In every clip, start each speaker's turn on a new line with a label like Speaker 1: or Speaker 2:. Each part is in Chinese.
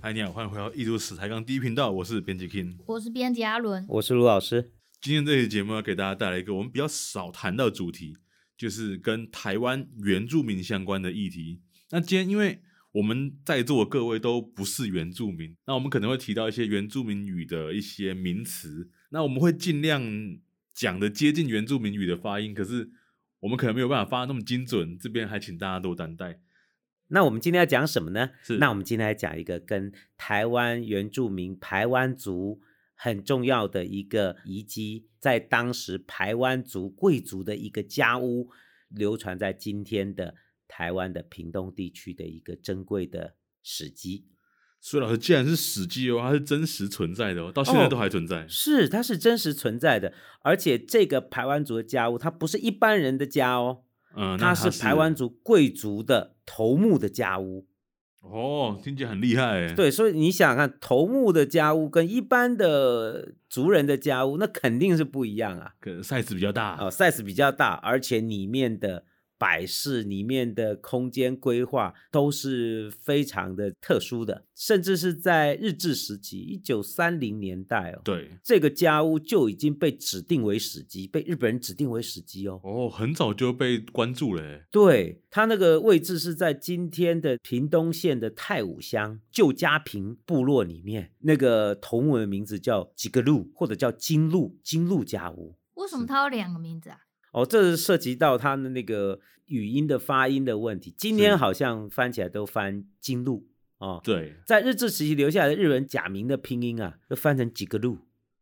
Speaker 1: 嗨，你好，欢迎回到《艺术史抬杠》第一频道，我是编辑 King。
Speaker 2: 我是编辑阿伦，
Speaker 3: 我是卢老师。
Speaker 1: 今天这期节目要给大家带来一个我们比较少谈到的主题，就是跟台湾原住民相关的议题。那今天因为我们在座的各位都不是原住民，那我们可能会提到一些原住民语的一些名词，那我们会尽量讲的接近原住民语的发音，可是我们可能没有办法发那么精准，这边还请大家多担待。
Speaker 3: 那我们今天要讲什么呢？
Speaker 1: 是
Speaker 3: 那我们今天来讲一个跟台湾原住民排湾族很重要的一个遗迹，在当时排湾族贵族的一个家屋，流传在今天的台湾的屏东地区的一个珍贵的史迹。
Speaker 1: 所以老师，既然是史记哦，它是真实存在的哦，到现在
Speaker 3: 哦
Speaker 1: 都还存在。
Speaker 3: 是，它是真实存在的，而且这个排湾族的家屋，它不是一般人的家哦，
Speaker 1: 嗯，那
Speaker 3: 它是排湾族贵族的头目的家屋。
Speaker 1: 哦，听起来很厉害哎。，
Speaker 3: 对，所以你想想看，头目的家屋跟一般的族人的家屋，那肯定是不一样啊。
Speaker 1: 可能 size 比较大。
Speaker 3: 哦，size 比较大，而且里面的摆饰、里面的空间规划都是非常的特殊的，甚至是在日治时期，一九三零年代哦，
Speaker 1: 对，
Speaker 3: 这个家屋就已经被指定为史迹，被日本人指定为史迹哦。
Speaker 1: 哦，很早就被关注了欸。
Speaker 3: 对，它那个位置是在今天的屏东县的太武乡旧家坪部落里面。那个头目的名字叫几个路，或者叫金鹿，金鹿家屋。
Speaker 2: 为什么他有两个名字啊？
Speaker 3: 哦，这是涉及到它的那个语音的发音的问题。今
Speaker 1: 是
Speaker 3: 天好像翻起来都翻金鹿哦，
Speaker 1: 对，
Speaker 3: 在日治时期留下来的日文假名的拼音啊，就翻成几个路。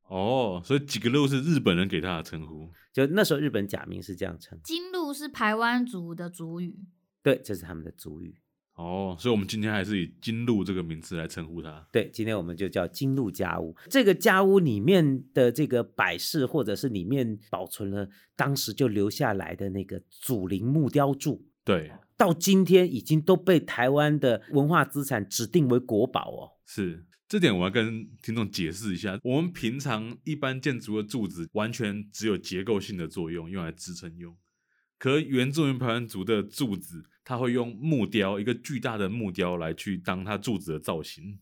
Speaker 1: 哦，所以几个六是日本人给他的称呼。
Speaker 3: 就那时候日本假名是这样称，
Speaker 2: 金鹿是排湾族的族语，
Speaker 3: 对，这是他们的族语。
Speaker 1: 哦，所以我们今天还是以金鹿这个名字来称呼他。
Speaker 3: 对，今天我们就叫金鹿家屋。这个家屋里面的这个摆饰，或者是里面保存了当时就留下来的那个祖灵木雕柱，
Speaker 1: 对，
Speaker 3: 到今天已经都被台湾的文化资产指定为国宝哦。
Speaker 1: 是这点我要跟听众解释一下。我们平常一般建筑的柱子完全只有结构性的作用，用来支撑用。可原住民排湾族的柱子，它会用木雕一个巨大的木雕来去当它柱子的造型，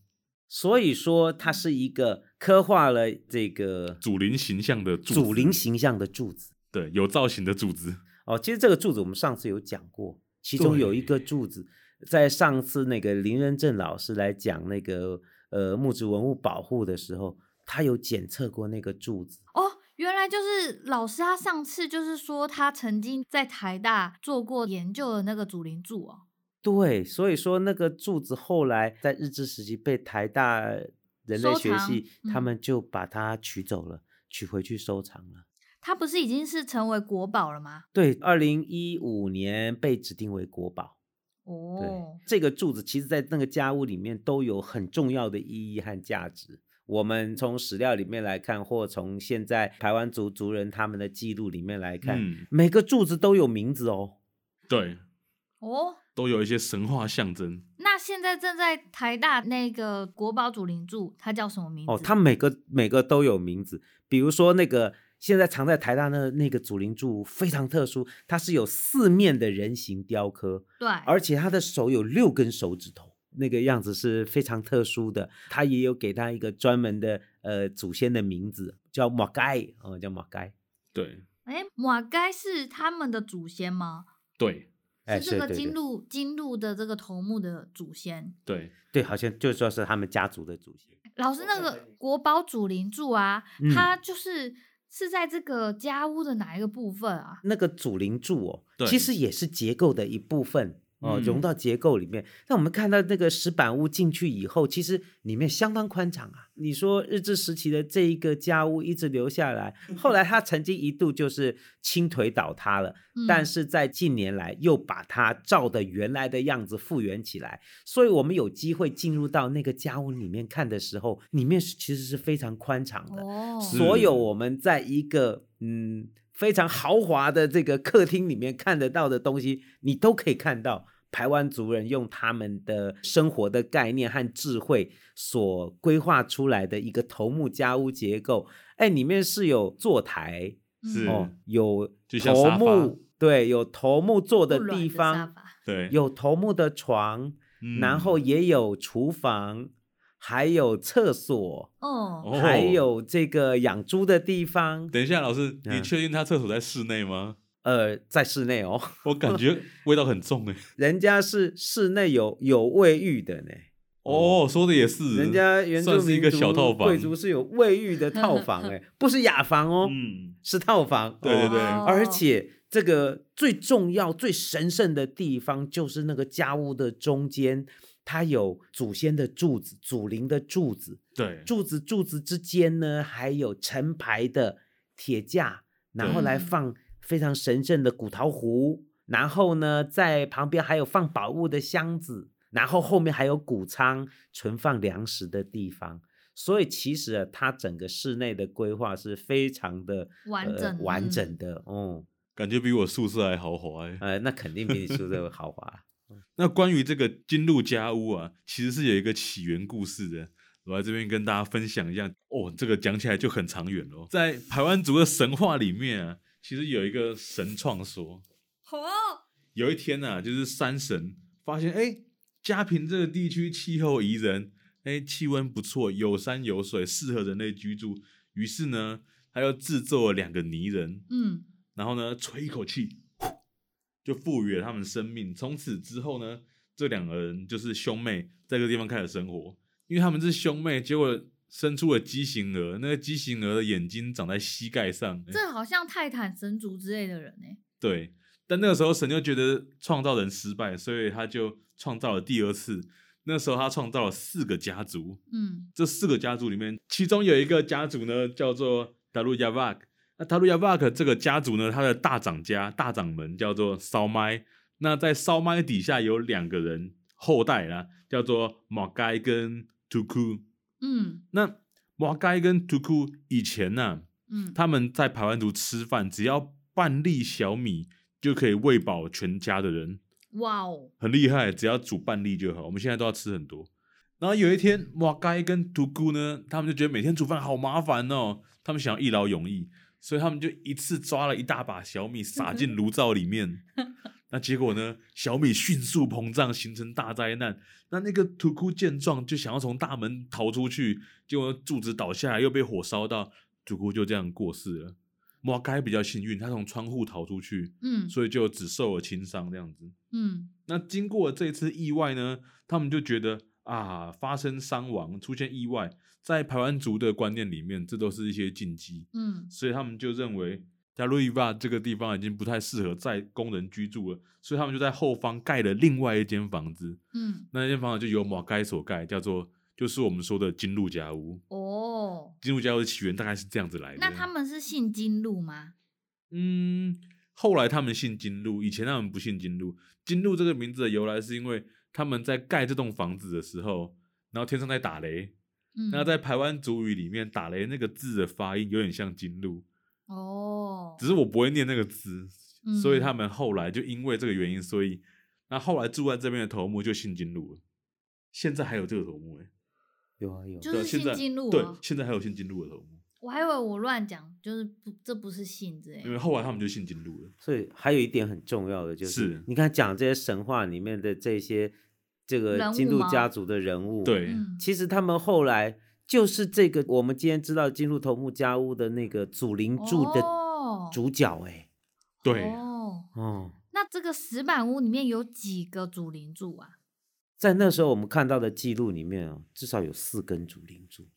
Speaker 3: 所以说，它是一个刻画了这个
Speaker 1: 祖灵形象的柱子，
Speaker 3: 祖灵形象的柱子
Speaker 1: 对有造型的柱子。
Speaker 3: 哦。其实这个柱子我们上次有讲过，其中有一个
Speaker 1: 对
Speaker 3: 柱子，在上次那个林仁正老师来讲那个呃木质文物保护的时候，他有检测过那个柱子。
Speaker 2: 哦，原来就是老师他上次就是说他曾经在台大做过研究的那个祖灵柱哦。
Speaker 3: 对，所以说那个柱子后来在日治时期被台大人类
Speaker 2: 收
Speaker 3: 学
Speaker 2: 藏
Speaker 3: 系，他
Speaker 2: 嗯
Speaker 3: 们就把它取走了，取回去收藏了。
Speaker 2: 它不是已经是成为国宝了吗？
Speaker 3: 对，二零一五年被指定为国宝。
Speaker 2: 哦
Speaker 3: 对，，这个柱子其实，在那个家屋里面都有很重要的意义和价值。我们从史料里面来看，或从现在台湾族族人他们的记录里面来看，
Speaker 1: 嗯，
Speaker 3: 每个柱子都有名字哦。
Speaker 1: 对，
Speaker 2: 哦，
Speaker 1: 都有一些神话象征。
Speaker 2: 那现在正在台大那个国宝祖灵柱，它叫什么名字？
Speaker 3: 哦，它每个每个都有名字。比如说那个现在藏在台大那那个祖灵柱非常特殊，它是有四面的人形雕刻，
Speaker 2: 对，
Speaker 3: 而且他的手有六根手指头，那个样子是非常特殊的。他也有给他一个专门的呃祖先的名字，叫马盖哦，叫马盖。
Speaker 1: 对
Speaker 2: 哎，马该是他们的祖先吗？
Speaker 1: 对
Speaker 3: 哎，
Speaker 2: 是这个
Speaker 3: 对
Speaker 2: 金
Speaker 3: 对
Speaker 2: 鹿金鹿的这个头目的祖先。
Speaker 1: 对，
Speaker 3: 对，好像就说是他们家族的祖先。
Speaker 2: 老师，那个国宝主灵柱啊，
Speaker 3: 嗯
Speaker 2: 它就是是在这个家屋的哪一个部分啊？
Speaker 3: 那个祖灵柱
Speaker 1: 对
Speaker 3: 哦，其实也是结构的一部分哦，
Speaker 1: 嗯
Speaker 3: 融到结构里面。那我们看到那个石板屋进去以后，其实里面相当宽敞啊。你说日治时期的这一个家屋一直留下来，后来它曾经一度就是倾颓倒塌了，
Speaker 2: 嗯、
Speaker 3: 但是在近年来又把它照的原来的样子复原起来，所以我们有机会进入到那个家屋里面看的时候，里面是其实是非常宽敞的。
Speaker 2: 哦，
Speaker 1: 是
Speaker 3: 所有我们在一个嗯非常豪华的这个客厅里面看得到的东西，你都可以看到。台湾族人用他们的生活的概念和智慧所规划出来的一个头目家屋结构，哎，里面是有坐台，
Speaker 1: 是
Speaker 2: 嗯、
Speaker 3: 哦，有
Speaker 1: 就像
Speaker 3: 头
Speaker 1: 沙发
Speaker 3: 目，对，有头目坐的
Speaker 2: 不软
Speaker 3: 地
Speaker 2: 沙
Speaker 3: 方，
Speaker 2: 发
Speaker 1: 对，
Speaker 3: 有头目的床，
Speaker 1: 嗯
Speaker 3: 然后也有厨房，还有厕所，
Speaker 2: 哦，
Speaker 1: 哦
Speaker 3: 还有这个养猪的地方，
Speaker 1: 等一下，老师，你
Speaker 3: 嗯
Speaker 1: 确定他厕所在室内吗？
Speaker 3: 呃，在室内哦，
Speaker 1: 我感觉味道很重哎、
Speaker 3: 人家是室内有有卫浴的呢。
Speaker 1: 哦，说的也是，
Speaker 3: 人家原住
Speaker 1: 算是一
Speaker 3: 民
Speaker 1: 个
Speaker 3: 族
Speaker 1: 小套房
Speaker 3: 贵族是有卫浴的套 房、哎，不是雅房哦，
Speaker 1: 嗯，
Speaker 3: 是套房。
Speaker 1: 对对
Speaker 3: 哦
Speaker 1: 对，
Speaker 2: 哦
Speaker 3: 而且这个最重要、最神圣的地方，就是那个家屋的中间，它有祖先的柱子、祖灵的柱子，
Speaker 1: 对，
Speaker 3: 柱子柱子之间呢，还有成排的铁架，然后来
Speaker 2: 对
Speaker 3: 放非常神圣的古陶壶，然后呢，在旁边还有放宝物的箱子，然后后面还有谷仓存放粮食的地方。所以其实啊，它整个室内的规划是非常的
Speaker 2: 完
Speaker 3: 呃
Speaker 2: 整
Speaker 3: 完
Speaker 2: 嗯
Speaker 3: 整的，嗯，
Speaker 1: 感觉比我宿舍还豪华哎、
Speaker 3: 呃，那肯定比你宿舍豪华。
Speaker 1: 那关于这个金鹿家屋啊，其实是有一个起源故事的。我来这边跟大家分享一下哦，这个讲起来就很长远喽。在台湾族的神话里面啊，其实有一个神创说，
Speaker 2: 哦，
Speaker 1: 有一天啊，就是山神发现，哎，嘉平这个地区气候宜人，哎，气温不错，有山有水，适合人类居住。于是呢，他又制作了两个泥人，
Speaker 2: 嗯，
Speaker 1: 然后呢，吹一口气，呼就赋予了他们生命。从此之后呢，这两个人就是兄妹，在这个地方开始生活。因为他们是兄妹，结果生出了畸形儿。那个畸形儿的眼睛长在膝盖上，哎
Speaker 2: 这好像泰坦神族之类的人呢、
Speaker 1: 对。但那个时候，神就觉得创造人失败，所以他就创造了第二次。那时候他创造了四个家族，
Speaker 2: 嗯，
Speaker 1: 这四个家族里面，其中有一个家族呢叫做达鲁亚瓦克。那达鲁亚瓦克这个家族呢，他的大长家、大掌门叫做烧麦。那在烧麦底下有两个人后代啦，叫做马盖跟图库。
Speaker 2: 嗯
Speaker 1: 那马盖跟图库以前呢、
Speaker 2: 嗯，
Speaker 1: 他们在排湾族吃饭，只要半粒小米就可以喂饱全家的人。
Speaker 2: 哇哦，
Speaker 1: 很厉害，只要煮半粒就好。我们现在都要吃很多。然后有一天，哇该跟独孤呢，他们就觉得每天煮饭好麻烦哦，他们想要一劳永逸，所以他们就一次抓了一大把小米撒进炉灶里面。那结果呢，小米迅速膨胀，形成大灾难。那那个独孤见状，就想要从大门逃出去，结果柱子倒下来，又被火烧到，独孤就这样过世了。哇该比较幸运，他从窗户逃出去，
Speaker 2: 嗯
Speaker 1: 所以就只受了轻伤这样子。
Speaker 2: 嗯
Speaker 1: 那经过这次意外呢，他们就觉得啊，发生伤亡、出现意外，在排湾族的观念里面，这都是一些禁忌，
Speaker 2: 嗯
Speaker 1: 所以他们就认为加路伊瓦这个地方已经不太适合在工人居住了，所以他们就在后方盖了另外一间房子。
Speaker 2: 嗯，
Speaker 1: 那间房子就由马该所盖，叫做就是我们说的金鹿家屋。
Speaker 2: 哦，
Speaker 1: 金鹿家屋的起源大概是这样子来的。
Speaker 2: 那他们是信金鹿吗？
Speaker 1: 嗯，后来他们信金鹿，以前他们不信金鹿。金鹿这个名字的由来是因为他们在盖这栋房子的时候，然后天上在打雷。
Speaker 2: 嗯，
Speaker 1: 那在台湾族语里面，打雷那个字的发音有点像金鹿，
Speaker 2: 哦，
Speaker 1: 只是我不会念那个字，所以
Speaker 2: 嗯
Speaker 1: 他们后来就因为这个原因，所以那后来住在这边的头目就信金鹿了。现在还有这个头目哎、欸，
Speaker 3: 有啊有啊，
Speaker 2: 就
Speaker 1: 对
Speaker 2: 是
Speaker 1: 啊现
Speaker 2: 信
Speaker 1: 在
Speaker 2: 金鹿
Speaker 1: 对
Speaker 2: 哦，
Speaker 1: 现在还有信金鹿的头目，
Speaker 2: 我还以为我乱讲，就是不，这不是信之类
Speaker 1: 因为
Speaker 2: 的。
Speaker 1: 后来他们就信金鹿了。
Speaker 3: 所以还有一点很重要的就是，
Speaker 1: 是
Speaker 3: 你看讲这些神话里面的这些这个
Speaker 2: 人
Speaker 3: 金
Speaker 2: 物
Speaker 3: 鹿
Speaker 2: 吗
Speaker 3: 家族的人物，
Speaker 1: 对，
Speaker 2: 嗯，
Speaker 3: 其实他们后来就是这个我们今天知道金鹿头目家屋的那个祖灵柱的
Speaker 2: 哦
Speaker 3: 主角、欸，
Speaker 1: 对，
Speaker 2: 哦，
Speaker 3: 哎、哦，
Speaker 2: 那这个石板屋里面有几个主灵柱啊？
Speaker 3: 在那时候我们看到的记录里面哦，至少有四根祖灵柱，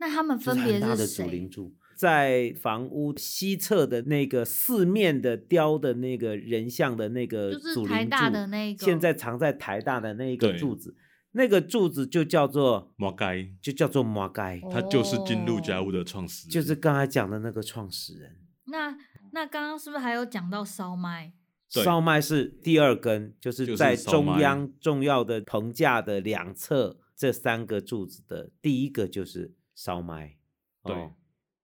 Speaker 2: 那他们
Speaker 3: 这
Speaker 2: 分
Speaker 3: 是
Speaker 2: 别
Speaker 3: 很大的祖灵
Speaker 2: 谁？
Speaker 3: 柱。在房屋西侧的那个四面的雕的那个人像的那个
Speaker 2: 就是
Speaker 3: 祖灵柱，
Speaker 2: 台大的那个
Speaker 3: 现在藏在台大的那一个
Speaker 1: 对
Speaker 3: 柱子，那个柱子就叫做
Speaker 1: 马该
Speaker 3: 就叫做摩盖，
Speaker 1: 他就是金鹿
Speaker 2: 哦
Speaker 1: 家屋的创始人，
Speaker 3: 就是刚才讲的那个创始人。
Speaker 2: 那那刚刚是不是还有讲到烧麦？
Speaker 1: 对
Speaker 3: 烧麦是第二根，
Speaker 1: 就
Speaker 3: 就
Speaker 1: 是是
Speaker 3: 在
Speaker 1: 烧
Speaker 3: 中
Speaker 1: 麦
Speaker 3: 央重要的棚架的两侧这三个柱子的第一个就是烧麦，
Speaker 1: 对
Speaker 3: 哦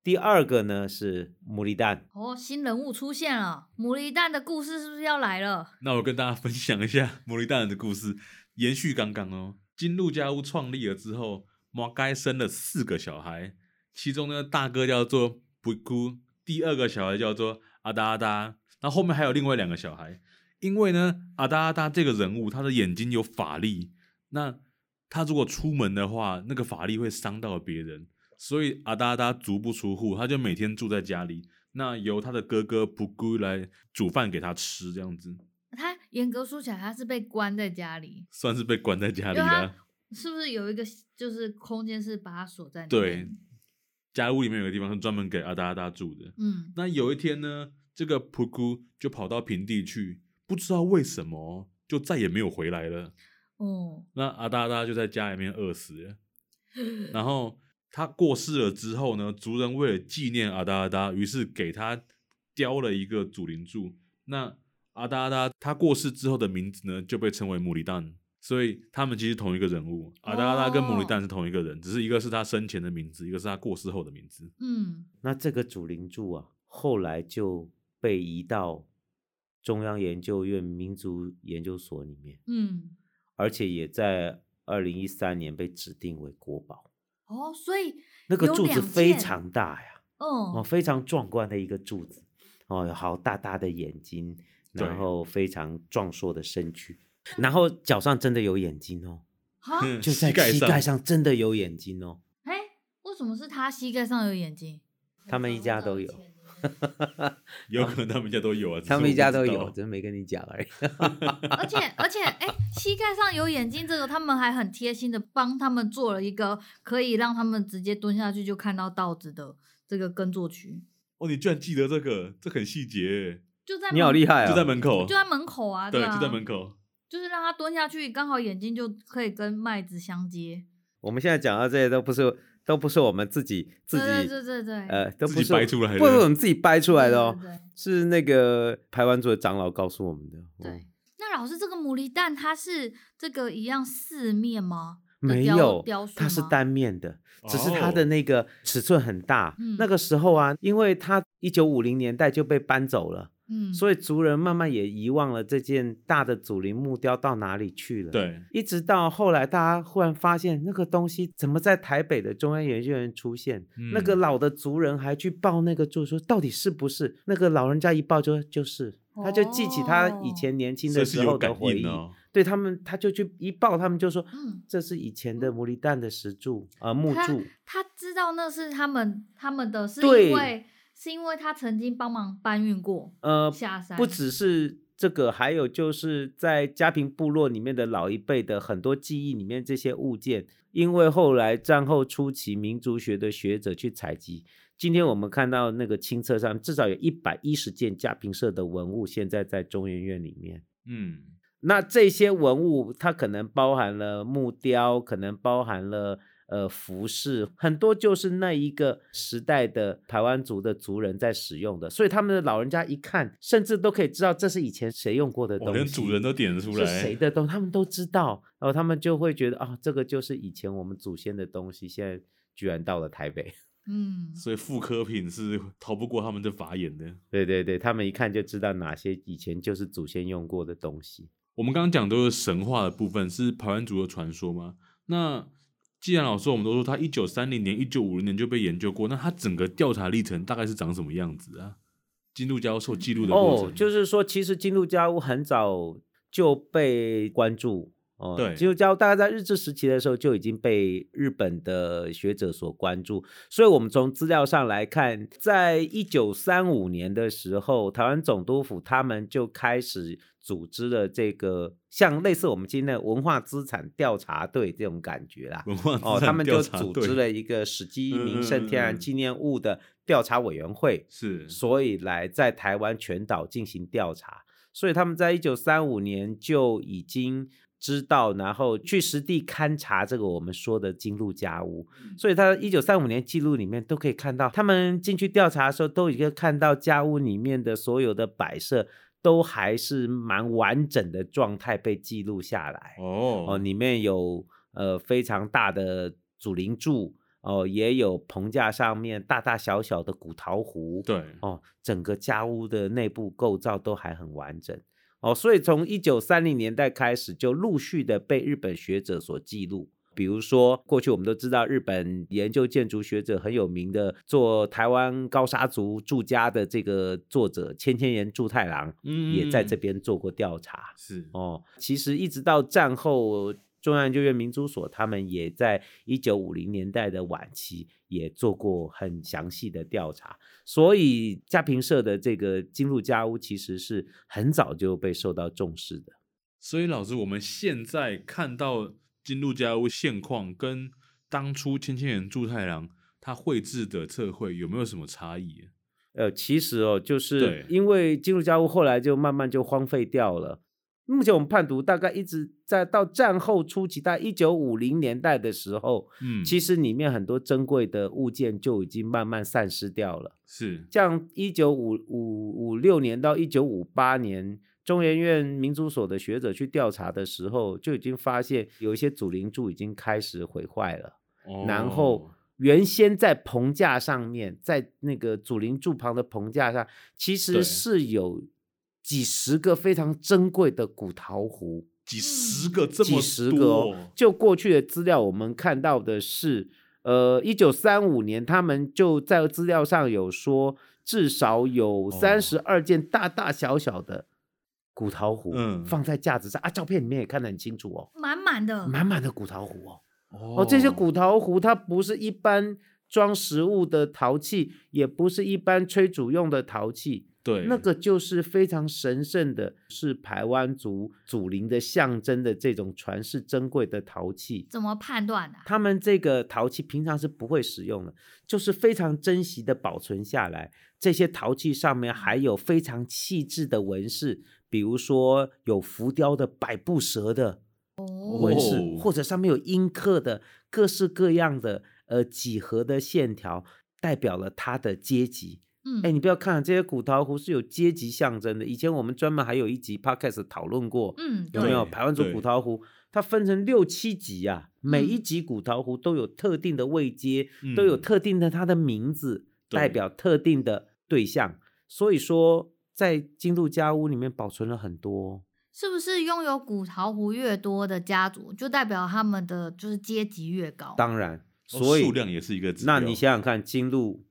Speaker 3: 第二个呢是牡蛎蛋，
Speaker 2: 哦，新人物出现了，牡蛎蛋的故事是不是要来了？
Speaker 1: 那我跟大家分享一下 牡蛎大人的故事，延续刚刚哦。金鹿家屋创立了之后，马该生了四个小孩，其中呢大哥叫做布库，第二个小孩叫做阿达阿达，那后面还有另外两个小孩。因为呢阿达阿达这个人物，他的眼睛有法力，那他如果出门的话，那个法力会伤到别人，所以阿达阿达足不出户，他就每天住在家里。那由他的哥哥布姑来煮饭给他吃，这样子
Speaker 2: 他严格说起来，他是被关在家里，
Speaker 1: 算是被关在家里啊
Speaker 2: 因为
Speaker 1: 了
Speaker 2: 他。是不是有一个就是空间是把他锁在里
Speaker 1: 对
Speaker 2: 面？，
Speaker 1: 家屋里面有个地方是专门给阿达阿达住的。
Speaker 2: 嗯，
Speaker 1: 那有一天呢，这个普姑就跑到平地去，不知道为什么就再也没有回来了。
Speaker 2: 哦，
Speaker 1: 那阿达阿达就在家里面饿死了。然后他过世了之后呢，族人为了纪念啊阿达阿达，于是给他雕了一个祖灵柱。那啊阿达阿达他过世之后的名字呢，就被称为姆里蛋。所以他们其实同一个人物，啊阿达阿达跟姆里蛋是同一个人，只是一个是他生前的名字，一个是他过世后的名字。
Speaker 2: 嗯，
Speaker 3: 那这个主灵柱啊，后来就被移到中央研究院民族研究所里面，
Speaker 2: 嗯，
Speaker 3: 而且也在二零一三年被指定为国宝。
Speaker 2: 哦，所以，
Speaker 3: 那个
Speaker 2: 有
Speaker 3: 柱子
Speaker 2: 两
Speaker 3: 非
Speaker 2: 件
Speaker 3: 常大呀，哦，
Speaker 2: 嗯，
Speaker 3: 非常壮观的一个柱子，哦，有好大大的眼睛，
Speaker 1: 对
Speaker 3: 然后非常壮硕的身躯，然后脚上真的有眼睛哦，
Speaker 2: 哈，
Speaker 3: 就在膝盖上真的有眼睛哦。
Speaker 2: 哎，为什么是他膝盖上有眼睛？
Speaker 3: 他们一家都有，
Speaker 1: 有可能他们家都有啊，只是
Speaker 3: 他
Speaker 1: 我
Speaker 3: 们一
Speaker 1: 不
Speaker 3: 家
Speaker 1: 知
Speaker 3: 都
Speaker 1: 道
Speaker 3: 有，只是没跟你讲而已。
Speaker 2: 而且而且，哎、膝盖上有眼睛这个，他们还很贴心的帮他们做了一个可以让他们直接蹲下去就看到稻子的这个耕作区，
Speaker 1: 哦，你居然记得这个，这很细节
Speaker 2: 就在
Speaker 3: 你好
Speaker 2: 门
Speaker 3: 厉害
Speaker 1: 耶，
Speaker 3: 啊！
Speaker 1: 就在门口，
Speaker 2: 就在门口啊，
Speaker 1: 对，
Speaker 2: 啊、
Speaker 1: 就在门，口。
Speaker 2: 就是让他蹲下去，刚好眼睛就可以跟麦子相接。
Speaker 3: 我们现在讲到这些都不是都不是我们自己自己
Speaker 2: 对对对对对，
Speaker 3: 呃都
Speaker 1: 自
Speaker 3: 不
Speaker 1: 己
Speaker 3: 是
Speaker 1: 掰出来的
Speaker 3: 不是我们自己掰出来的
Speaker 2: 对
Speaker 3: 哦，
Speaker 2: 对对
Speaker 3: 是那个排湾族的长老告诉我们的。
Speaker 2: 对
Speaker 3: 嗯，
Speaker 2: 那老师，这个牡蛎蛋它是这个一样四面吗？的
Speaker 3: 没
Speaker 2: 雕
Speaker 3: 有
Speaker 2: 雕塑，
Speaker 3: 它是
Speaker 2: 吗
Speaker 3: 单面的，只是它
Speaker 1: 哦
Speaker 3: 的那个尺寸很大。
Speaker 2: 嗯
Speaker 3: 那个时候啊，因为它一九五零年代就被搬走了，
Speaker 2: 嗯，
Speaker 3: 所以族人慢慢也遗忘了这件大的祖灵木雕到哪里去了。。
Speaker 1: 对，
Speaker 3: 一直到后来，大家忽然发现那个东西怎么在台北的中央研究院出现？那个
Speaker 1: 嗯
Speaker 3: 老的族人还去报那个住，说到底是不是？那个老人家一报就就是，他就记起他以前年轻
Speaker 1: 这
Speaker 3: 的
Speaker 1: 是
Speaker 3: 时
Speaker 1: 有
Speaker 3: 候的
Speaker 1: 感
Speaker 3: 回忆。
Speaker 1: 应哦。
Speaker 3: 对他们，他就去一报，他们就说，
Speaker 2: 嗯
Speaker 3: 这是以前的摩里蛋的石柱啊、呃木
Speaker 2: 他
Speaker 3: 柱。
Speaker 2: 他知道那是他们他们的，是
Speaker 3: 对
Speaker 2: 因为是因为他曾经帮忙搬运过
Speaker 3: 呃，
Speaker 2: 下山，
Speaker 3: 不只是这个，还有就是在家庭部落里面的老一辈的很多记忆里面，这些物件，因为后来战后初期民族学的学者去采集，今天我们看到那个清册上至少有一百一十件家平社的文物，现在在中研院里面。
Speaker 1: 嗯，
Speaker 3: 那这些文物，它可能包含了木雕，可能包含了呃服饰，很多就是那一个时代的台湾族的族人在使用的，所以他们的老人家一看，甚至都可以知道这是以前谁用过的
Speaker 1: 我
Speaker 3: 东
Speaker 1: 哦连
Speaker 3: 西，
Speaker 1: 主人都点得出
Speaker 3: 是
Speaker 1: 来，
Speaker 3: 谁的东西，他们都知道，然后他们就会觉得啊、这个就是以前我们祖先的东西，现在居然到了台北。
Speaker 2: 嗯，
Speaker 1: 所以副科品是逃不过他们的法眼的。
Speaker 3: 对对对，他们一看就知道哪些以前就是祖先用过的东西。
Speaker 1: 我们刚刚讲都是神话的部分，是排湾族的传说吗？那既然老师我们都说他一九三零年、一九五零年就被研究过，那他整个调查历程大概是长什么样子啊？金鹿教授记录的过程，
Speaker 3: 哦，就是说，其实金鹿家屋很早就被关注哦。
Speaker 1: 对
Speaker 3: 金鹿家屋大概在日治时期的时候就已经被日本的学者所关注，所以我们从资料上来看，在一九三五年的时候，台湾总督府他们就开始组织了这个像类似我们今天的文化资产调查队这种感觉啦。
Speaker 1: 文化
Speaker 3: 哦，
Speaker 1: 资
Speaker 3: 他
Speaker 1: 产
Speaker 3: 们
Speaker 1: 调
Speaker 3: 就
Speaker 1: 查
Speaker 3: 组
Speaker 1: 队
Speaker 3: 织了一个史记名胜
Speaker 1: 嗯嗯
Speaker 3: 天
Speaker 1: 嗯
Speaker 3: 然
Speaker 1: 嗯
Speaker 3: 纪念物的调查委员会，
Speaker 1: 是
Speaker 3: 所以来在台湾全岛进行调查。所以他们在一九三五年就已经知道，然后去实地勘察这个我们说的金鹿家屋。所以他一九三五年记录里面都可以看到，他们进去调查的时候，都已经看到家屋里面的所有的摆设都还是蛮完整的状态被记录下来。哦，
Speaker 1: 哦，
Speaker 3: 里面有呃非常大的祖灵柱，哦，也有棚架上面大大小小的古陶壶，
Speaker 1: 对，
Speaker 3: 哦，整个家屋的内部构造都还很完整。哦，所以从一九三零年代开始，就陆续的被日本学者所记录。比如说，过去我们都知道，日本研究建筑学者很有名的，做台湾高沙族住家的这个作者千千岩助太郎，
Speaker 1: 嗯
Speaker 3: 也在这边做过调查。
Speaker 1: 是
Speaker 3: 哦，其实一直到战后中央研究院民族所他们也在一九五零年代的晚期也做过很详细的调查，所以家评社的这个金入家屋其实是很早就被受到重视的。
Speaker 1: 所以老师，我们现在看到金鹿家屋现况跟当初千千人住太郎他绘制的测绘有没有什么差异啊？
Speaker 3: 呃，其实哦，就是
Speaker 1: 对
Speaker 3: 因为金入家屋后来就慢慢就荒废掉了。目前我们判读大概一直在到战后初期，大概一九五零年代的时候，
Speaker 1: 嗯，
Speaker 3: 其
Speaker 1: 实
Speaker 3: 实里面很多珍贵的物件就已经慢慢散失掉了。
Speaker 1: 是
Speaker 3: 像一九五五五六年到一九五八年，中研院民族所的学者去调查的时候，就已经发现有一些祖灵柱已经开始毁坏了。然后
Speaker 1: 哦
Speaker 3: 原先在棚架上面，在那个祖灵柱旁的棚架上，其实
Speaker 1: 对
Speaker 3: 是有几十个非常珍贵的古陶壶，
Speaker 1: 几十个这么
Speaker 3: 几十
Speaker 1: 多
Speaker 3: 个哦。就过去的资料，我们看到的是，呃，一九三五年他们就在资料上有说，至少
Speaker 1: 哦
Speaker 3: 有三十二件大大小小的古陶壶，
Speaker 1: 嗯
Speaker 3: 放在架子上啊，照片里面也看得很清楚哦，
Speaker 2: 满满的，
Speaker 3: 满满的古陶壶哦。
Speaker 1: 哦
Speaker 3: 哦，这些古陶壶它不是一般装食物的陶器，也不是一般炊煮用的陶器，
Speaker 1: 对
Speaker 3: 那个就是非常神圣的，是排湾族祖灵的象征的这种传世珍贵的陶器。
Speaker 2: 怎么判断的、啊？
Speaker 3: 他们这个陶器平常是不会使用的，就是非常珍惜的保存下来。这些陶器上面还有非常细致的纹饰，比如说有浮雕的百步蛇的，纹饰，
Speaker 1: 哦
Speaker 3: 或者上面有阴刻的各式各样的呃几何的线条，代表了他的阶级。
Speaker 2: 嗯，
Speaker 3: 哎，你不要看这些古陶壶是有阶级象征的。以前我们专门还有一集 podcast 讨论过，
Speaker 2: 嗯，
Speaker 3: 有
Speaker 2: 对
Speaker 3: 没有
Speaker 1: 对
Speaker 3: 台湾族古
Speaker 1: 对
Speaker 3: 陶壶？它分成六七集啊，每一
Speaker 2: 嗯
Speaker 3: 集古陶壶都有特定的位阶，都有
Speaker 1: 嗯
Speaker 3: 特定的它的名字，代
Speaker 1: 对
Speaker 3: 表特定的对象。所以说，在金鹿家屋里面保存了很多。
Speaker 2: 是不是拥有古陶壶越多的家族，就代表他们的就是阶级越高？
Speaker 3: 当然，
Speaker 1: 哦
Speaker 3: 所以
Speaker 1: 数量也是一个指标。
Speaker 3: 那你想想看，金鹿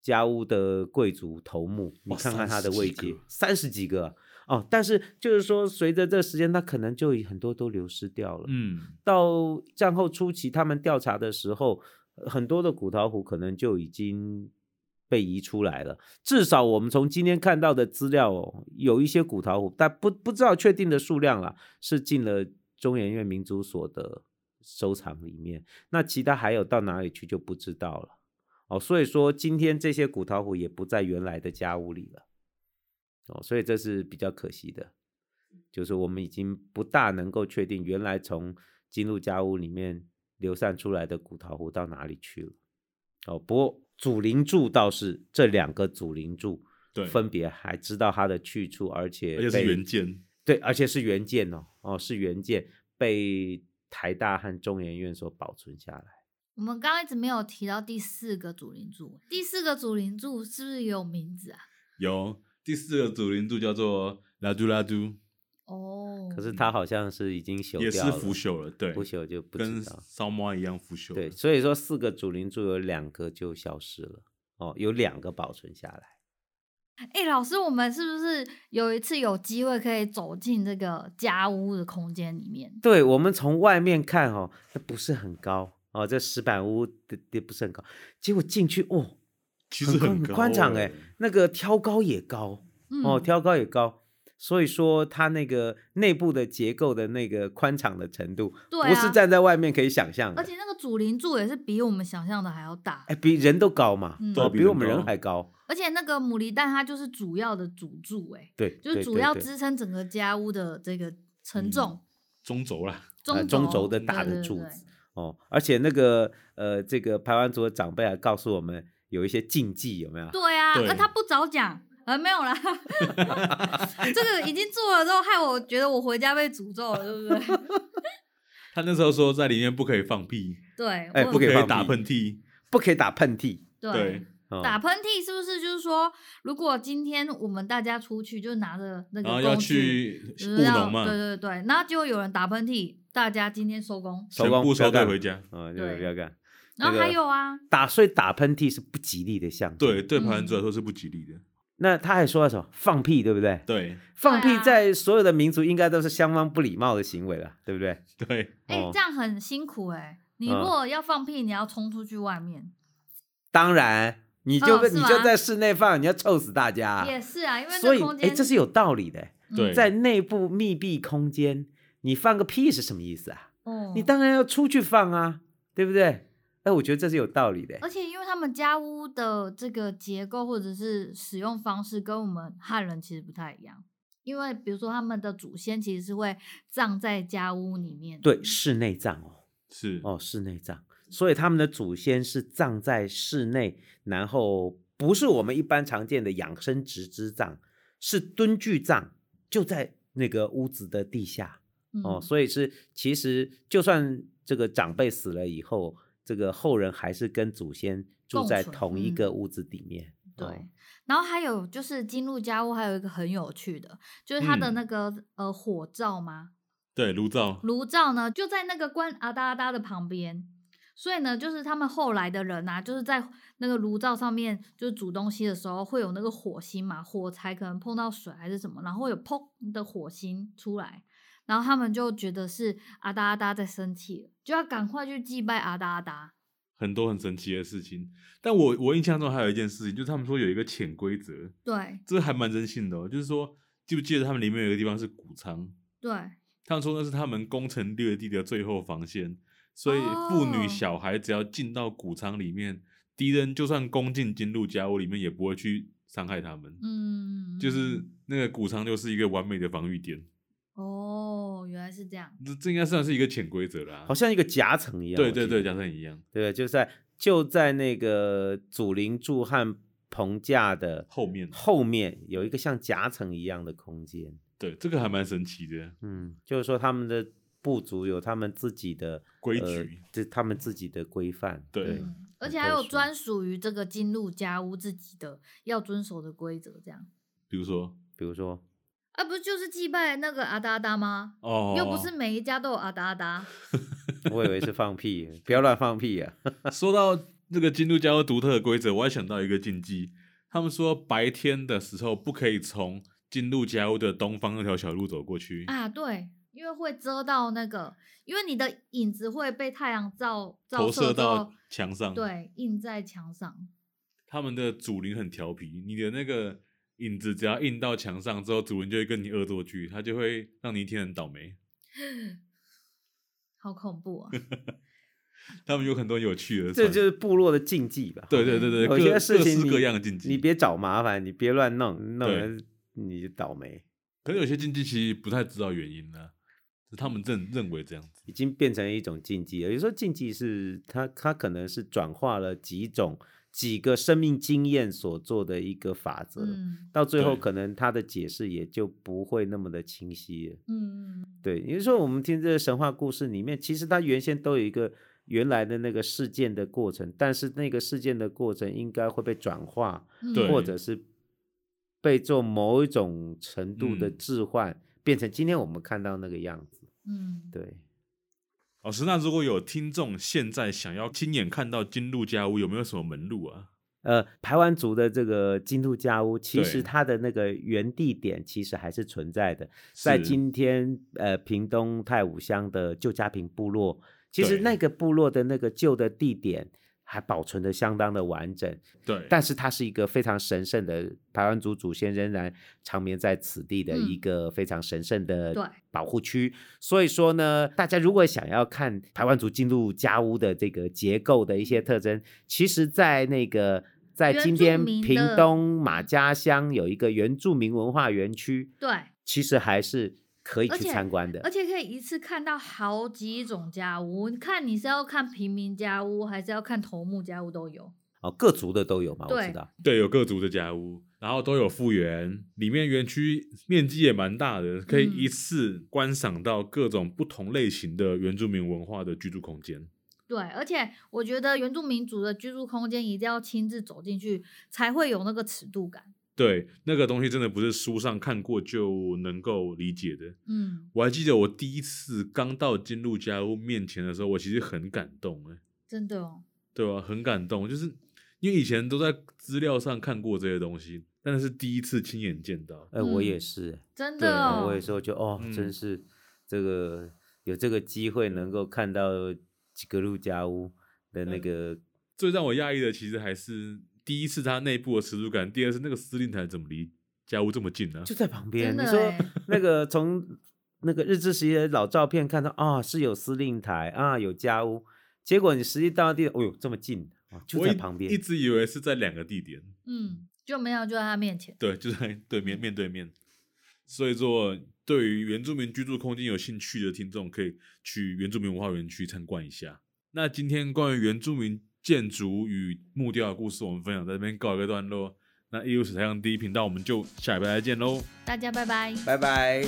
Speaker 3: 家屋的贵族头目，你
Speaker 1: 哇
Speaker 3: 看看他的
Speaker 1: 30
Speaker 3: 位
Speaker 1: 几
Speaker 3: 阶
Speaker 1: 个，
Speaker 3: 三十几个啊哦。但是就是说，随着这时间，他可能就很多都流失掉了。
Speaker 1: 嗯，
Speaker 3: 到战后初期，他们调查的时候，呃很多的古陶壶可能就已经被移出来了。至少我们从今天看到的资料哦，有一些古陶壶，但不不知道确定的数量啦，是进了中研院民族所的收藏里面。那其他还有到哪里去就不知道了。哦，所以说今天这些古陶壶也不在原来的家屋里了。哦，所以这是比较可惜的，就是我们已经不大能够确定原来从金鹿家屋里面流散出来的古陶壶到哪里去了。哦，不过祖灵柱倒是这两个祖灵柱
Speaker 1: 对，
Speaker 3: 分别还知道它的去处，而且
Speaker 1: 而且
Speaker 3: 被
Speaker 1: 是原件，
Speaker 3: 对，而且是原件哦，哦是原件被台大和中研院所保存下来。
Speaker 2: 我们刚刚一直没有提到第四个祖灵柱，第四个祖灵柱是不是也有名字啊？
Speaker 1: 有第四个主灵柱叫做拉杜拉杜，
Speaker 2: 哦，
Speaker 3: 可是它好像是已经朽
Speaker 1: 嗯也
Speaker 3: 掉
Speaker 1: 是
Speaker 3: 了，
Speaker 1: 腐朽了，对，
Speaker 3: 腐朽就不
Speaker 1: 跟
Speaker 3: 知道。
Speaker 1: 烧猫一样腐朽了。
Speaker 3: 对，所以说四个主灵柱有两个就消失了，哦，有两个保存下来。
Speaker 2: 哎、老师，我们是不是有一次有机会可以走进这个家屋的空间里面？
Speaker 3: 对我们从外面看哦，它不是很高哦，这石板屋的也不是很高，结果进去哦，
Speaker 1: 其实
Speaker 3: 宽
Speaker 1: 高
Speaker 3: 宽敞哎
Speaker 1: 欸，
Speaker 3: 那个挑高也高
Speaker 2: 嗯，
Speaker 3: 哦，挑高也高。所以说，它那个内部的结构的那个宽敞的程度，
Speaker 2: 对
Speaker 3: 不是
Speaker 2: 啊
Speaker 3: 站在外面可以想象的
Speaker 2: 而。且那个祖灵柱也是比我们想象的还要大，
Speaker 3: 哎，比人都高嘛，
Speaker 2: 嗯
Speaker 3: 哦，
Speaker 1: 对比
Speaker 3: 比我
Speaker 1: 人
Speaker 3: 们人
Speaker 1: 高
Speaker 3: 还高。
Speaker 2: 而且那个牡蛎蛋它就是主要的主柱、欸，
Speaker 3: 对，
Speaker 2: 就是
Speaker 3: 对
Speaker 2: 主
Speaker 3: 对
Speaker 2: 要
Speaker 3: 对嗯
Speaker 2: 支撑整个家屋的这个承重、
Speaker 1: 中轴啦，
Speaker 3: 呃
Speaker 2: 中
Speaker 3: 中轴的
Speaker 2: 对
Speaker 3: 大的
Speaker 2: 对
Speaker 3: 柱
Speaker 2: 对
Speaker 3: 子哦，而且那个呃，这个排湾族的长辈还告诉我们有一些禁忌，有没有？
Speaker 2: 对啊，
Speaker 1: 对
Speaker 2: 那他不早讲，呃，没有啦，这个已经做了之后，害我觉得我回家被诅咒了，对不对？
Speaker 1: 他那时候说在里面不可以放屁，
Speaker 2: 对，
Speaker 3: 哎
Speaker 2: 我
Speaker 3: 不
Speaker 1: 可
Speaker 3: 给放
Speaker 1: 以
Speaker 3: 屁
Speaker 1: 打喷嚏，
Speaker 3: 不可以打喷嚏。
Speaker 2: 对。
Speaker 1: 对
Speaker 3: 哦、
Speaker 2: 打喷嚏是不是就是说，如果今天我们大家出去，就拿着那
Speaker 3: 啊
Speaker 1: 然后
Speaker 2: 个
Speaker 1: 要
Speaker 2: 工具，
Speaker 1: 去
Speaker 2: 就
Speaker 1: 务
Speaker 2: 是要
Speaker 1: 农嘛
Speaker 2: 对，对对，那就有人打喷嚏，大家今天收工。
Speaker 3: 收
Speaker 1: 全
Speaker 3: 工
Speaker 1: 部
Speaker 3: 不要
Speaker 1: 收队
Speaker 3: 干
Speaker 1: 回家。
Speaker 3: 哦，就
Speaker 2: 对
Speaker 3: 不要干。
Speaker 2: 然后
Speaker 3: 那个
Speaker 2: 还有啊，
Speaker 3: 打所以打喷嚏是不吉利的象征。
Speaker 2: 嗯
Speaker 1: 对，对排湾族来说是不吉利的。
Speaker 3: 那他还说了什么放屁，对不对？
Speaker 1: 对
Speaker 3: 放
Speaker 2: 对
Speaker 3: 屁
Speaker 2: 啊
Speaker 3: 在所有的民族应该都是相当不礼貌的行为了，对不对？
Speaker 1: 对，
Speaker 2: 哎、
Speaker 3: 哦
Speaker 2: 这样很辛苦哎、你
Speaker 3: 嗯
Speaker 2: 如果要放屁，你要冲出去外面。
Speaker 3: 当然，你就、
Speaker 2: 哦是
Speaker 3: 你
Speaker 2: 吗
Speaker 3: 就在室内放，你要臭死大家。
Speaker 2: 也是啊，因为
Speaker 3: 所以
Speaker 2: 这空，
Speaker 3: 哎，
Speaker 2: 间
Speaker 3: 这是有道理的。
Speaker 2: 嗯
Speaker 1: 对
Speaker 3: 在内部密闭空间，你放个屁是什么意思啊？
Speaker 2: 哦，
Speaker 3: 你当然要出去放啊，对不对？哎，我觉得这是有道理的。
Speaker 2: 而且因为他们家屋的这个结构或者是使用方式跟我们汉人其实不太一样，因为比如说他们的祖先其实是会葬在家屋里面。
Speaker 3: 对，室内葬哦，
Speaker 1: 是，
Speaker 3: 哦，室内葬，所以他们的祖先是葬在室内，然后不是我们一般常见的养生直支葬，是蹲踞葬，就在那个屋子的地下
Speaker 2: 嗯，
Speaker 3: 哦，所以是其实就算这个长辈死了以后，这个后人还是跟祖先住
Speaker 2: 共
Speaker 3: 在
Speaker 2: 存
Speaker 3: 同一个
Speaker 2: 嗯
Speaker 3: 屋子里面，哦
Speaker 2: 对，然后还有就是进入家屋，还有一个很有趣的，就是它的
Speaker 3: 嗯
Speaker 2: 那个、呃火灶吗？
Speaker 1: 对炉灶，
Speaker 2: 炉灶呢就在那个关啊阿达阿达的旁边，所以呢，就是他们后来的人啊，就是在那个炉灶上面就是煮东西的时候会有那个火星嘛，火柴可能碰到水还是什么，然后会有砰的火星出来，然后他们就觉得是啊阿达阿达在生气了，就要赶快去祭拜啊阿达阿达。
Speaker 1: 很多很神奇的事情。但我我印象中还有一件事情，就是他们说有一个潜规则，
Speaker 2: 对
Speaker 1: 这还蛮人性的、哦，就是说记不记得他们里面有一个地方是谷仓，
Speaker 2: 对，
Speaker 1: 他们说那是他们攻城略地的最后防线，所以妇女、
Speaker 2: 哦
Speaker 1: 小孩只要进到谷仓里面，敌人就算攻进进入家屋里面，也不会去伤害他们。
Speaker 2: 嗯，
Speaker 1: 就是那个谷仓就是一个完美的防御点，
Speaker 2: 哦，原来是这样。
Speaker 1: 这这应该算是一个潜规则啦。
Speaker 3: 好像一个夹层一样。
Speaker 2: 哦
Speaker 1: 对
Speaker 3: 我
Speaker 1: 对
Speaker 3: 记
Speaker 1: 对，
Speaker 3: 得
Speaker 1: 讲成一样，
Speaker 3: 对，就在就在那个祖灵柱和棚架的
Speaker 1: 后面
Speaker 3: 后面有一个像夹层一样的空间。
Speaker 1: 对这个还蛮神奇的。
Speaker 3: 嗯，就是说他们的部族有他们自己的
Speaker 1: 规
Speaker 3: 呃
Speaker 1: 矩，
Speaker 3: 这、他们自己的规范。
Speaker 1: 对
Speaker 3: 对
Speaker 2: 嗯，而
Speaker 3: 很
Speaker 2: 且还
Speaker 3: 特
Speaker 2: 有
Speaker 3: 殊
Speaker 2: 专属于这个进入家屋自己的要遵守的规则，这样。
Speaker 1: 比如说
Speaker 3: 比如说
Speaker 2: 啊，不就是祭拜那个阿达阿达吗？
Speaker 1: 哦，
Speaker 2: 又不是每一家都有阿达阿达。
Speaker 3: 我以为是放屁，不要乱放屁呀、啊。
Speaker 1: 哦 说到这个京都教独特的规则，我还想到一个禁忌，他们说白天的时候不可以从进入家屋的东方那条小路走过去。
Speaker 2: 啊，对，因为会遮到那个，因为你的影子会被太阳照照
Speaker 1: 投射
Speaker 2: 射之
Speaker 1: 到
Speaker 2: 后，
Speaker 1: 墙上，，
Speaker 2: 对，印在墙上。
Speaker 1: 他们的主灵很调皮，你的那个影子只要印到墙上之后，主人就会跟你恶作剧，他就会让你一天很倒霉。
Speaker 2: 好恐怖 啊！
Speaker 1: 他们有很多有趣的传，
Speaker 3: 这就是部落的禁忌吧？
Speaker 1: 对对对对，
Speaker 3: 有
Speaker 1: 各
Speaker 3: 些事
Speaker 1: 各
Speaker 3: 情
Speaker 1: 式
Speaker 3: 你
Speaker 1: 各样的禁忌。
Speaker 3: 你别找麻烦，你别乱弄，弄
Speaker 1: 对
Speaker 3: 了你就倒霉。
Speaker 1: 可能有些禁忌其实不太知道原因呢、是他们认认为这样子。
Speaker 3: 已经变成一种禁忌了。有时候禁忌是它，它可能是转化了几种、几个生命经验所做的一个法则，
Speaker 2: 嗯
Speaker 3: 到最后
Speaker 1: 对
Speaker 3: 可能它的解释也就不会那么的清晰了。
Speaker 2: 嗯嗯，
Speaker 3: 对，也就是说，我们听这个神话故事里面，其实它原先都有一个原来的那个事件的过程，但是那个事件的过程应该会被转化，
Speaker 2: 嗯
Speaker 1: 对
Speaker 3: 或者是被做某一种程度的
Speaker 1: 嗯
Speaker 3: 置换，变成今天我们看到那个样子。
Speaker 2: 嗯，
Speaker 3: 对。
Speaker 1: 老师，那如果有听众现在想要亲眼看到金鹿家屋，有没有什么门路啊？
Speaker 3: 呃，排湾族的这个金兔家屋，其实
Speaker 1: 对
Speaker 3: 它的那个原地点其实还是存在的，在
Speaker 1: 是
Speaker 3: 今天呃屏东太武乡的旧家坪部落，其实
Speaker 1: 对
Speaker 3: 那个部落的那个旧的地点还保存的相当的完整，
Speaker 1: 对，
Speaker 3: 但是它是一个非常神圣的排湾族祖先仍然长眠在此地的一
Speaker 2: 嗯
Speaker 3: 个非常神圣的
Speaker 2: 对
Speaker 3: 保护区。所以说呢，大家如果想要看排湾族进入家屋的这个结构的一些特征，其实，在那个在
Speaker 2: 原
Speaker 3: 今
Speaker 2: 住
Speaker 3: 天
Speaker 2: 民
Speaker 3: 屏
Speaker 2: 的
Speaker 3: 东马家乡有一个原住民文化园区，
Speaker 2: 对，
Speaker 3: 其实还是可以
Speaker 2: 而
Speaker 3: 去
Speaker 2: 且
Speaker 3: 参观的
Speaker 2: 而。且可以一次看到好几种家屋，你看你是要看平民家屋，还是要看头目家屋都有。
Speaker 3: 哦，各族的都有嘛，我知
Speaker 2: 对
Speaker 3: 道。
Speaker 1: 对，有各族的家屋，然后都有复原，里面园区面积也蛮大的，可以
Speaker 2: 嗯
Speaker 1: 一次观赏到各种不同类型的原住民文化的居住空间。
Speaker 2: 对，而且我觉得原住民族的居住空间一定要亲自走进去，才会有那个尺度感。
Speaker 1: 对，那个东西真的不是书上看过就能够理解的。
Speaker 2: 嗯，
Speaker 1: 我还记得我第一次刚到金鹿家屋面前的时候，我其实很感动、欸，
Speaker 2: 真的哦。
Speaker 1: 对吧、很感动，就是因为以前都在资料上看过这些东西，但是第一次亲眼见到。
Speaker 3: 哎，我也
Speaker 2: 嗯
Speaker 3: 是，
Speaker 2: 真
Speaker 3: 对，
Speaker 2: 的哦，
Speaker 3: 我有时候就哦，真
Speaker 1: 嗯
Speaker 3: 是这个有这个机会能够看到吉格路家屋的那
Speaker 1: 嗯
Speaker 3: 个，
Speaker 1: 最让我讶异的，其实还是第一次它内部的耻辱感，第二是那个司令台怎么离家屋这么近呢、啊
Speaker 3: 就在旁边。
Speaker 2: 真
Speaker 3: 你
Speaker 2: 的
Speaker 3: 说
Speaker 2: 哎，
Speaker 3: 那个从那个日治时期的老照片看到啊，是有司令台啊，有家屋，结果你实际到地，哦呦，这么近啊，就
Speaker 1: 我
Speaker 3: 在
Speaker 1: 一
Speaker 3: 旁边
Speaker 1: 一。直以为是在两个地点，
Speaker 2: 嗯，就没有就在他面前，
Speaker 1: 对，就在对面面对面。所以说，对于原住民居住空间有兴趣的听众，可以去原住民文化园区参观一下。那今天关于原住民建筑与木雕的故事，我们分享在这边告一个段落。那艺术史太阳第一频道，我们就下礼拜再见喽。
Speaker 2: 大家拜拜。
Speaker 3: 拜拜。